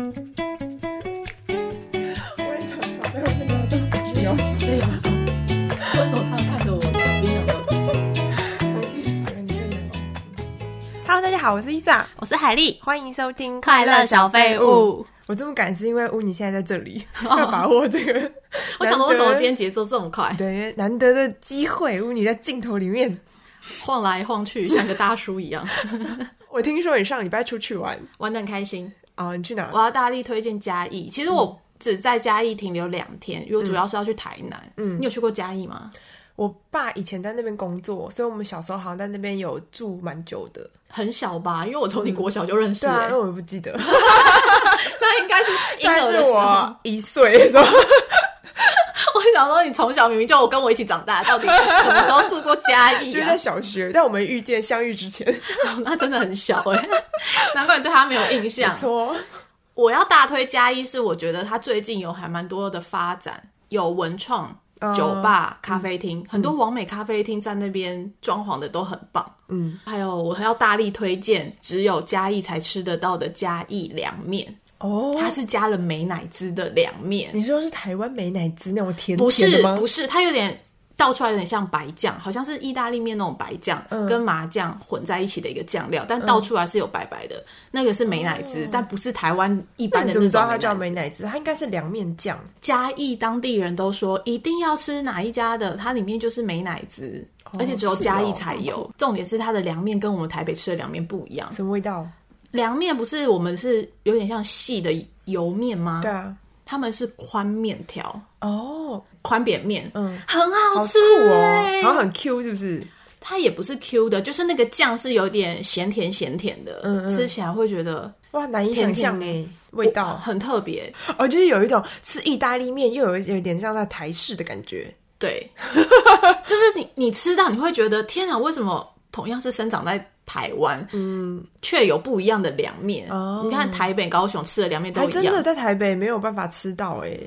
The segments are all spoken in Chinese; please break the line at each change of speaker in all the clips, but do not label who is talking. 啊
好，我是伊萨，
我是海丽，
欢迎收听《
快乐小废物》。
我这么敢是因为乌尼现在在这里，要把握这个。
哦我想
难
说，为什么
得
今天节奏这么快，
对，因为难得的机会，乌尼在镜头里面。
晃来晃去，像个大叔一样，
我听说你上礼拜出去玩
玩的很开心。
哦，你去哪
我？要大力推荐嘉义，其实我只在嘉义停留两天，因为我主要是要去台南。嗯，你有去过嘉义吗？
我爸以前在那边工作，所以我们小时候好像在那边有住蛮久的。
很小吧，因为我从你国小就认识、
对啊，
欸
因为我不记得，
那应该是婴
但
儿的
是
时候。啊
我一岁的时候，
我想说，你从小明明就跟我一起长大，到底什么时候住过嘉 义
就是
啊
在？小学，在我们遇见相遇之前，
那真的很小哎、 难怪你对他没有印象
没。错，
我要大推嘉义，是我觉得它最近有还蛮多的发展，有文创
嗯、
酒吧、咖啡厅，很多完美咖啡厅在那边装潢的都很棒。
嗯，
还有我还要大力推荐，只有嘉义才吃得到的嘉义凉面，
哦，
它是加了美乃滋的凉面，
你说是台湾美乃滋那种甜
不
甜的
是
吗？
不是，它有点。倒出来有点像白酱，好像是意大利面那种白酱、
嗯
跟麻酱混在一起的一个酱料，但倒出来是有白白的，那个是美乃滋，但不是台湾一
哦那
般
你
的
怎么
那
知道
种
它
美
叫
乃滋
美乃滋？它应该是凉面酱。
嘉义当地人都说一定要吃哪一家的，它里面就是美乃滋，
哦
而且只有嘉义才有。重点是它的凉面跟我们台北吃的凉面不一样，
什么味道？
凉面不是我们是有点像细的油面吗？
对，啊，
他们是宽面条、
哦，
宽扁面，
嗯，
很好
好
吃
酷哦，
欸
然后很 Q，是不是？
它也不是 Q 的，就是那个酱是有点咸甜咸甜的，
嗯嗯
吃起来会觉得
哇，难以想象
甜
哎
甜，
味道
很特别。
哦，就是有一种吃意大利面，又有有点像在台式的感觉。
对，就是你你吃到你会觉得天啊，为什么同样是生长在台湾，嗯，却有不一样的凉面？
哦
你看台北、高雄吃的凉面都
还
一
真
样
的。在台北没有办法吃到哎，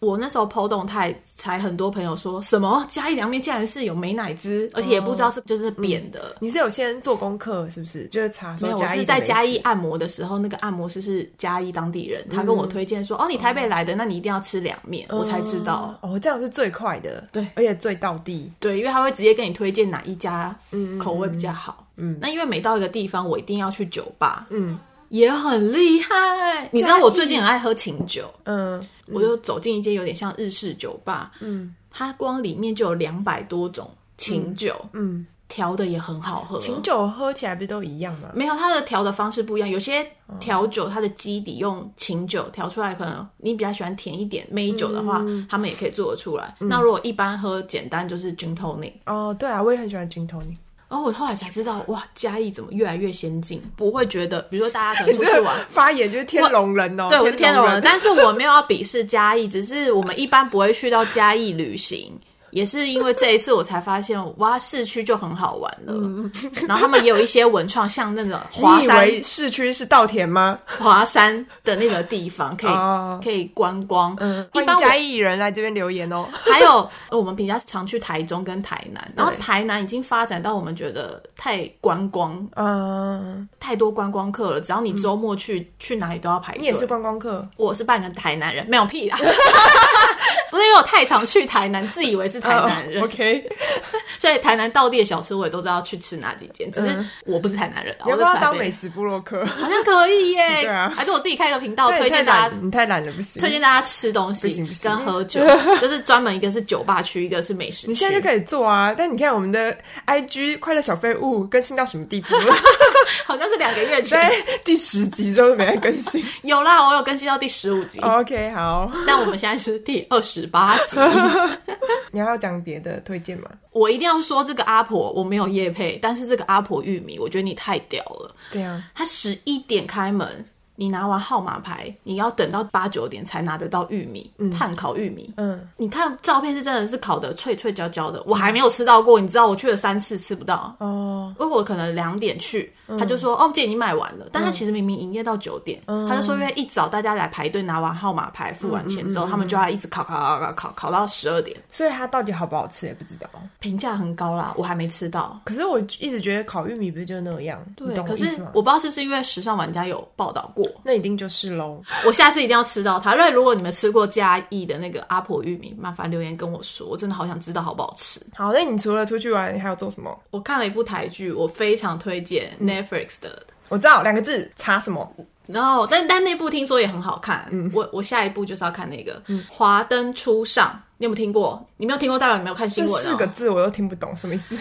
我那时候剖动态，才很多朋友说什么嘉义凉面竟然是有美乃滋，而且也不知道
哦
是就是扁的。
你是有先做功课是不是？就是查
没
嗯说
有，我
嘉义
是
的
在
美
嘉义
食
按摩的时候，那个按摩师是嘉义当地人，他跟
嗯
我推荐说：“哦，你台北来的，那你一定要吃凉面。我才知道，
哦，这样是最快的，
对
而且最到地。
对，因为他会直接跟你推荐哪一家口味比较好。嗯，那因为每到一个地方，我一定要去酒吧，
嗯
也很厉害。你知道我最近很爱喝琴酒，
嗯，
我就走进一间有点像日式酒吧，嗯，它光里面就有两百多种琴酒，
嗯嗯，
调的也很好喝。
琴酒喝起来不是都一样吗？
没有，它的调的方式不一样。有些调酒，它的基底用琴酒调出来，可能你比较喜欢甜一点。美酒的话，他们也可以做得出来。那如果一般喝，简单就是 gin tonic。
哦，对啊，我也很喜欢金头尼。，
然后我后来才知道，哇，嘉义怎么越来越先进？不会觉得，比如说大家可能出去玩
发言就是天龙人哦，
对，我是天
龙
龙人，但是我没有要鄙视嘉义，只是我们一般不会去到嘉义旅行。也是因为这一次，我才发现哇，市区就很好玩了。然后他们也有一些文创，像那种华
嗯 你以
山
为市区是稻田吗？
华山的那个地方，可以、
哦嗯
可以观光。嗯一
欢
般
迎
我
嘉义人来这边留言哦。
还有呃我们平常常去台中跟台南，然后
对
台南已经发展到我们觉得太观光
嗯，
太多观光客了，只要你周末去、去哪里都要排队。
你也是观光客，
我是半个台南人，没有屁 啦。不是因为我太常去台南，自以为是台南人
哦 OK，
所以台南道地的小吃我也都知道去吃哪几间。只是我不是台南人，
嗯你要
我
不
是
要
台
当
北
美
人。
食部落客？
好像可以 耶，
对啊
还是我自己开一个频道
对
哦推
你太
荐大
懒
家，
你太懒了，不行。
推荐大家吃东
不行
西
不行
跟喝 酒，就是专门一个是酒吧区，一个是美食区。
你现在就可以做啊！但你看我们的 IG 快乐小废物更新到什么 地步了？
好像是两个月前
在第十集之后都没再更 新。哦
有啦，我有更新到第十五集，
OK，好，
但我们现在是第二十八 集。
你还要讲别的推荐吗？
我一定要说这个阿婆，我没有夜配，但是这个阿婆玉米，我觉得你太屌了。
这样
她十一点开门，你拿完号码牌，你要等到八九点才拿得到玉米，炭烤玉米。
嗯，
你看照片是真的是烤的脆脆焦焦的，我还没有吃到过。你知道我去了三次吃不到，
哦，
因为我可能两点去，他就说、哦，这已经卖完了，但他其实明明营业到九点，他就说因为一早大家来排队拿完号码牌、付完钱之后，他们就要一直烤烤烤烤烤烤到十二点，
所以它到底好不好吃也不知道。
评价很高啦，我还没吃到。
可是我一直觉得烤玉米不是就那样，你
对，
懂我
可
意
是
思吗？
我不知道是不是因为时尚玩家有报道过，
那一定就是喽。
我下次一定要吃到它。因为如果你们吃过嘉义的那个阿婆玉米，麻烦留言跟我说，我真的好想知道好不好吃。
好，那你除了出去玩，你还有做什么？嗯
我看了一部台剧，我非常推荐 Netflix 的《
我知道两个字，查什么？
然后，但但那部听说也很好看，
嗯
我我下一部就是要看那个《华灯初上》，你有没有听过？你没有听过，代表你没有看新
这
闻、哦。
四个字我都听不懂，什么意 思？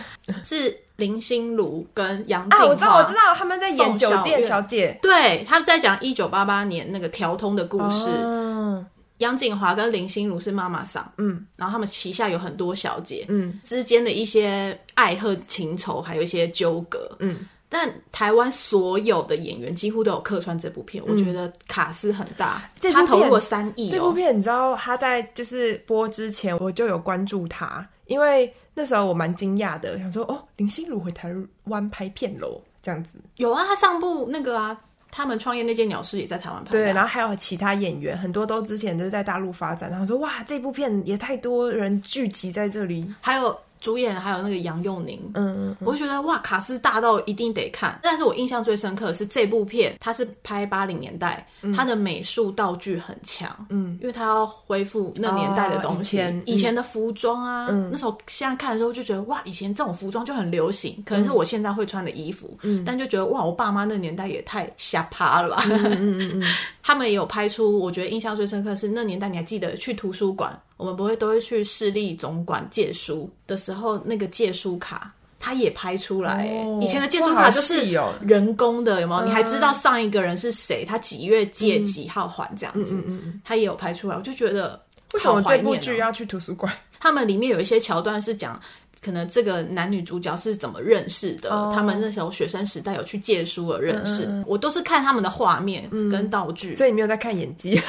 是林心如跟杨
啊，
静、
我知道，我知。道，他们在演
凤
酒
小
店
岳
小姐。
对，他是在讲一九八八年那个调通的故事。
嗯
杨景华跟林心如是妈妈桑，
嗯
然后他们旗下有很多小姐，
嗯
之间的一些爱恨情仇，还有一些纠葛。
嗯，
但台湾所有的演员几乎都有客串这部片，我觉得卡斯很大，
嗯这部
他
片
投入了三亿
这部
哦。
片你知道，他在就是播之前我就有关注他，因为那时候我蛮惊讶的，想说哦，林心如回台湾拍片喽，这样子。
有啊，他上部那个啊，他们创业那件鸟事也在台湾拍的啊、
对，然后还有其他演员，很多都之前都是在大陆发展，然后说哇，这部片也太多人聚集在这里，
还有主演还有那个杨佑宁，
嗯，嗯
我就觉得哇，卡斯大到一定得看。但是我印象最深刻的是这部片，它是拍八零年代，
嗯
它的美术道具很强，嗯，因为它要恢复那年代的东西，
哦以前嗯
的服装啊，那时候现在看的时候就觉得哇，以前这种服装就很流行，可能
嗯
是我现在会穿的衣服，嗯，但就觉得哇，我爸妈那年代也太瞎趴了吧。
嗯
他们也有拍出，我觉得印象最深刻是那年代，你还记得去图书馆，我们不会都会去市立总馆借书的时候，那个借书卡。他也拍出来、欸
哦
以前的借书卡就
哇好
是
细哦
人工的，有没有？你还知道上一个人是谁，他几月借几号还这样子，他也有拍出来，我就觉得
为什
好
么
怀
这部
念
剧
哦
要去图书馆？
他们里面有一些桥段是讲，可能这个男女主角是怎么认识的，他们那时候学生时代有去借书而认识，我都是看他们的画面跟道具，
所以你没有在看演技，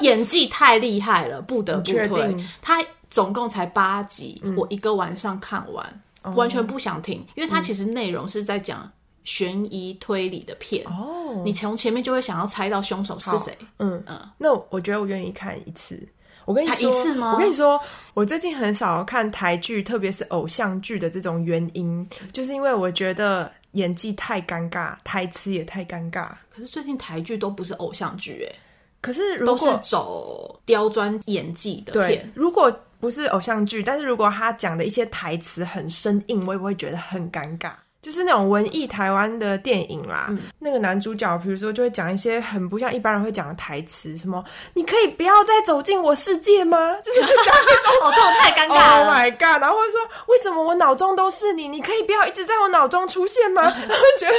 演技太厉害了，不得不
嗯你确
推
定。嗯
他总共才八集，我一个晚上看完，
哦
完全不想停，因为
嗯
它其实内容是在讲悬疑推理的 片。
哦，
你从前面就会想要猜到凶手是谁，
嗯嗯， 那我觉得我愿意看一次。我跟你
才
说，
一次吗
我跟你说，我最近很少看台剧，特别是偶像剧的这种原因，就是因为我觉得演技太尴尬，台词也太尴尬。
可是最近台剧都不是偶像剧，哎，
可是如
都是
果
走刁钻演技的
对
片。，
如果不是偶像剧，但是如果他讲的一些台词很生硬，我也会觉得很尴尬。就是那种文艺台湾的电影啦，那个男主角，比如说就会讲一些很不像一般人会讲的台词，什么“你可以不要再走进我世界吗？” 就是会讲
哦，这种太尴
Oh
尬了。
my god！然后会说为什么我脑中都是你？你可以不要一直在我脑中出现吗？ 然后觉得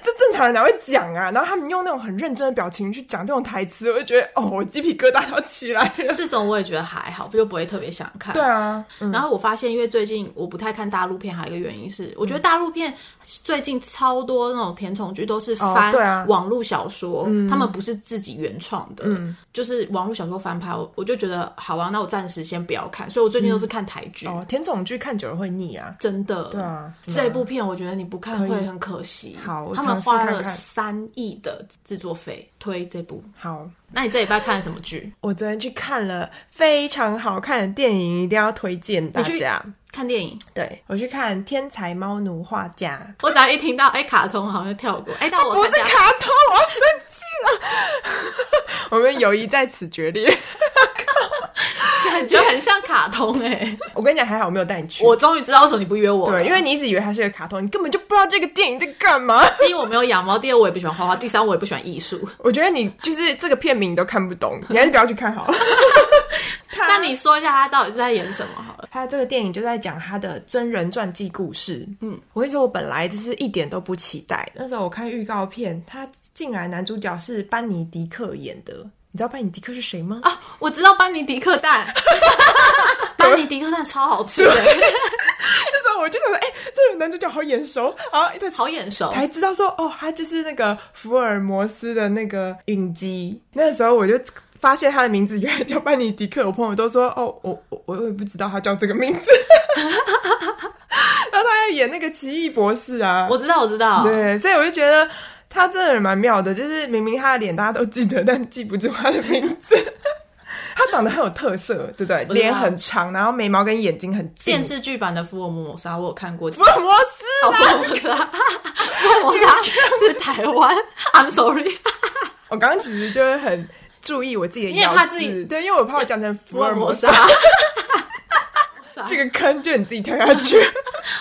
这正常人哪会讲啊？然后他们用那种很认真的表情去讲这种台词，我就觉得哦，我鸡皮疙瘩都起来了。
这种我也觉得还好，就不会特别想看。
对啊，
然后我发现，因为最近我不太看大陆片，还有一个原因是，我觉得大陆片最近超多那种甜宠剧都是
哦对啊嗯
翻网络小说，他们不是自己原创的，就是网络小说翻拍。我我就觉得好啊，那我暂时先不要看，所以我最近都是看台剧，
哦，甜宠剧看久了会腻啊。
真的。
对啊，
这部片我觉得你不看会很可惜。
好我
他
尝
们
试
花
看
了
看
三亿的制作费推这部。
好，
那你这礼拜看了什么剧？
我昨天去看了非常好看的电影，一定要推荐大
你去
家。
看电影？
对我去看《天才猫奴画家》，
我只要一听到哎、卡通好像就跳过。哎、但我
不是
参加
卡通，我要生气了。 我们友谊在此决裂。
感觉很像卡通哎、
我跟你讲，还好我没有带你去。
我终于知道为什么你不约我了。
对，因为你一直以为它是个卡通，你根本就不知道这个电影在干嘛。
第一我没有养猫，第二我也不喜欢画画，第三我也不喜欢艺术。
我觉得你就是这个片名你都看不 懂，你还是不要去看好了。
那你说一下他到底是在演什么好了？
他这个电影就在讲他的真人传记故事。嗯，我跟你说，我本来就是一点都不期待。那时候我看预告片，他竟然男主角是班尼迪克演的。你知道班尼迪克是谁吗？
啊，我知道班尼迪克蛋，班尼迪克蛋超好吃的，
那时候我就想说，哎、这个男主角好眼熟啊！但是
好眼熟。
才知道说，哦，他就是那个福尔摩斯的那个影集。那时候我就发现他的名字原来叫班尼迪克，我朋友都说，哦，我我我也不知道他叫这个名字。 然后他还演那个奇异博士啊，
我知道，我知道。
对，所以我就觉得他真的人蛮妙的，就是明明他的脸大家都记得，但记不住他的名字。他长得很有特色，对不对？
道
脸很长，然后眉毛跟眼睛很近
电。视剧版的福尔摩沙我有看过，福
福尔摩斯
尔摩沙，福尔摩沙是台湾，I'm sorry，
我刚刚其实就是很注意我自己的
你也
咬
怕
字，
自己
对，因为我怕我讲成福
福尔
尔摩
摩
斯
沙，
这个坑，就你自己跳下去。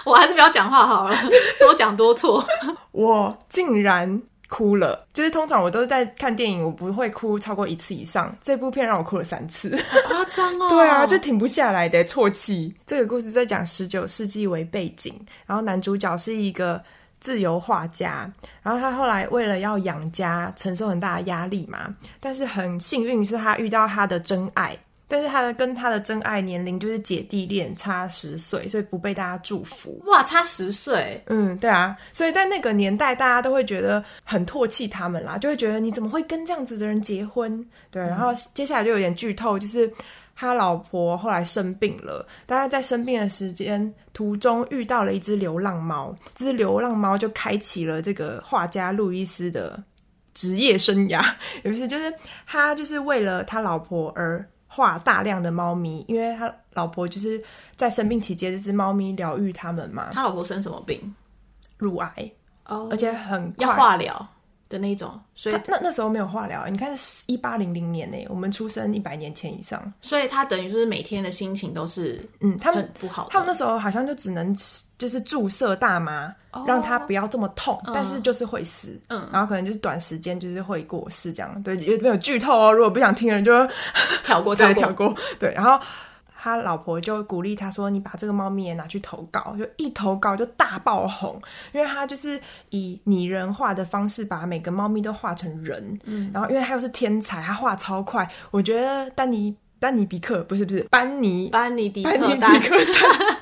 我还是不要讲话好了，多讲多错。
我竟然哭了。就是通常我都是在看电影，我不会哭超过一次以上。这部片让我哭了三次，
夸张哦。
对啊，就停不下来的啜泣。这个故事在讲十九世纪为背景，然后男主角是一个自由画家，然后他后来为了要养家，承受很大的压力嘛。但是很幸运是他遇到他的真爱，但是他的跟他的真爱年龄就是姐弟恋，差十岁，所以不被大家祝福。
哇，差十岁，
嗯，对啊，所以在那个年代，大家都会觉得很唾弃他们啦，就会觉得你怎么会跟这样子的人结婚？对，然后接下来就有点剧透，就是他老婆后来生病了，但他在生病的时间途中遇到了一只流浪猫，这只流浪猫就开启了这个画家路易斯的职业生涯， 也不是，就是他就是为了他老婆而画大量的猫咪，因为他老婆就是在生病期间，这只猫咪疗愈他们嘛，
他老婆生什么病？
乳癌。
哦
而，且很快
要化疗的那一种，所以
他那那时候没有化疗，你看一八零零年呢、我们出生一百年前以上，
所以他等于就是每天的心情都是
嗯，他
很
们
不好
他们
的。
那时候好像就只能吃就是注射大麻，
哦
让他不要这么痛，
嗯
但是就是会死，嗯，然后可能就是短时间就是会过世这样，对，有没有剧透哦？如果不想听的人就
跳过，
对
跳
跳
过，
过， 对，然后。他老婆就鼓励他说：“你把这个猫咪也拿去投稿，就一投稿就大爆红，因为他就是以拟人化的方式把每个猫咪都画成人，嗯，然后因为他又是天才，他画超快，我觉得丹尼丹尼比克不是不是班尼
班尼迪
班尼
克丹
迪克丹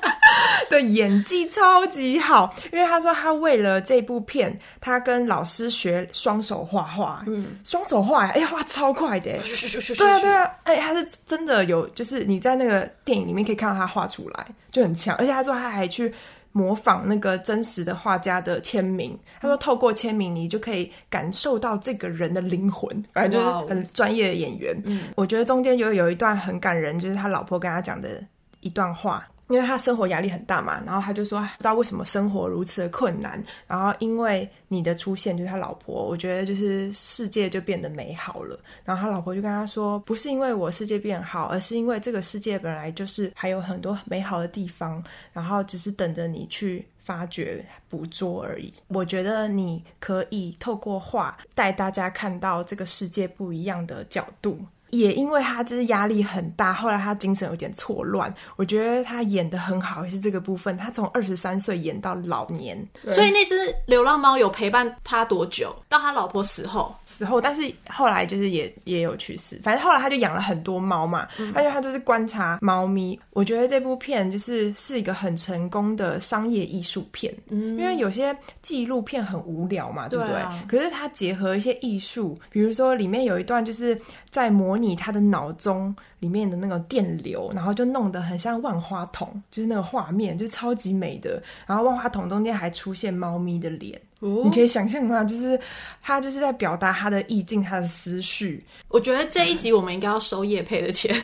的演技超级好，因为他说他为了这部片，他跟老师学双手画画，嗯，双手画，哎、画超快的， 对啊，对啊，哎、他是真的有，就是你在那个电影里面可以看到他画出来，就很强。而且他说他还去模仿那个真实的画家的签名，他说透过签名你就可以感受到这个人的灵魂，反正就
哇哦嗯
是很专业的演员。我觉得中间有有一段很感人，就是他老婆跟他讲的一段话。因为他生活压力很大嘛，然后他就说不知道为什么生活如此的困难，然后因为你的出现，就是他老婆，我觉得就是世界就变得美好了。然后他老婆就跟他说，不是因为我世界变好，而是因为这个世界本来就是还有很多美好的地方，然后只是等着你去发掘、捕捉而已。我觉得你可以透过画带大家看到这个世界不一样的角度。也因为他就是压力很大，后来他精神有点错乱。我觉得他演的很好，也是这个部分。他从二十三岁演到老年，
所以那只流浪猫有陪伴他多久？到他老婆死后，
死后，但是后来就是也也有去世，反正后来他就养了很多猫嘛，而且他就是观察猫咪。我觉得这部片就是是一个很成功的商业艺术片，因为有些纪录片很无聊嘛，对不对？
对啊
可是它结合一些艺术，比如说里面有一段就是在模拟他的脑中里面的那个电流，然后就弄得很像万花筒，就是那个画面就超级美的，然后万花筒中间还出现猫咪的脸。你可以想象吗？就是他就是在表达他的意境，他的思绪。
我觉得这一集我们应该要收叶佩 的钱。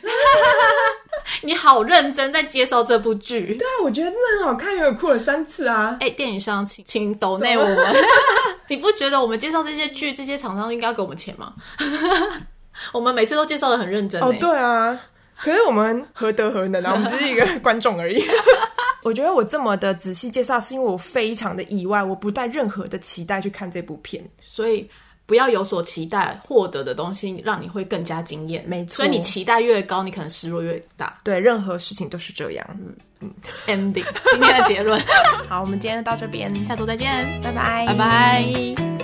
你好认真在介绍这部剧，
对啊，我觉得真的很好看，因为我哭了三次啊。
哎、电影商请请抖内我们， 你不觉得我们介绍这些剧，这些厂商应该要给我们钱吗？ 我们每次都介绍的很认真、欸，
哦，对啊，可是我们何德何能啊？ 我们只是一个观众而已。 我觉得我这么的仔细介绍，是因为我非常的意外，我不带任何的期待去看这部片。
所以不要有所期待，获得的东西让你会更加惊艳，
没错
所以你期待越高，你可能失落越大。
对，任何事情都是这样。
Ending 今天的结论，
好，我们今天就到这边，
下周再见，
拜拜，
拜。拜。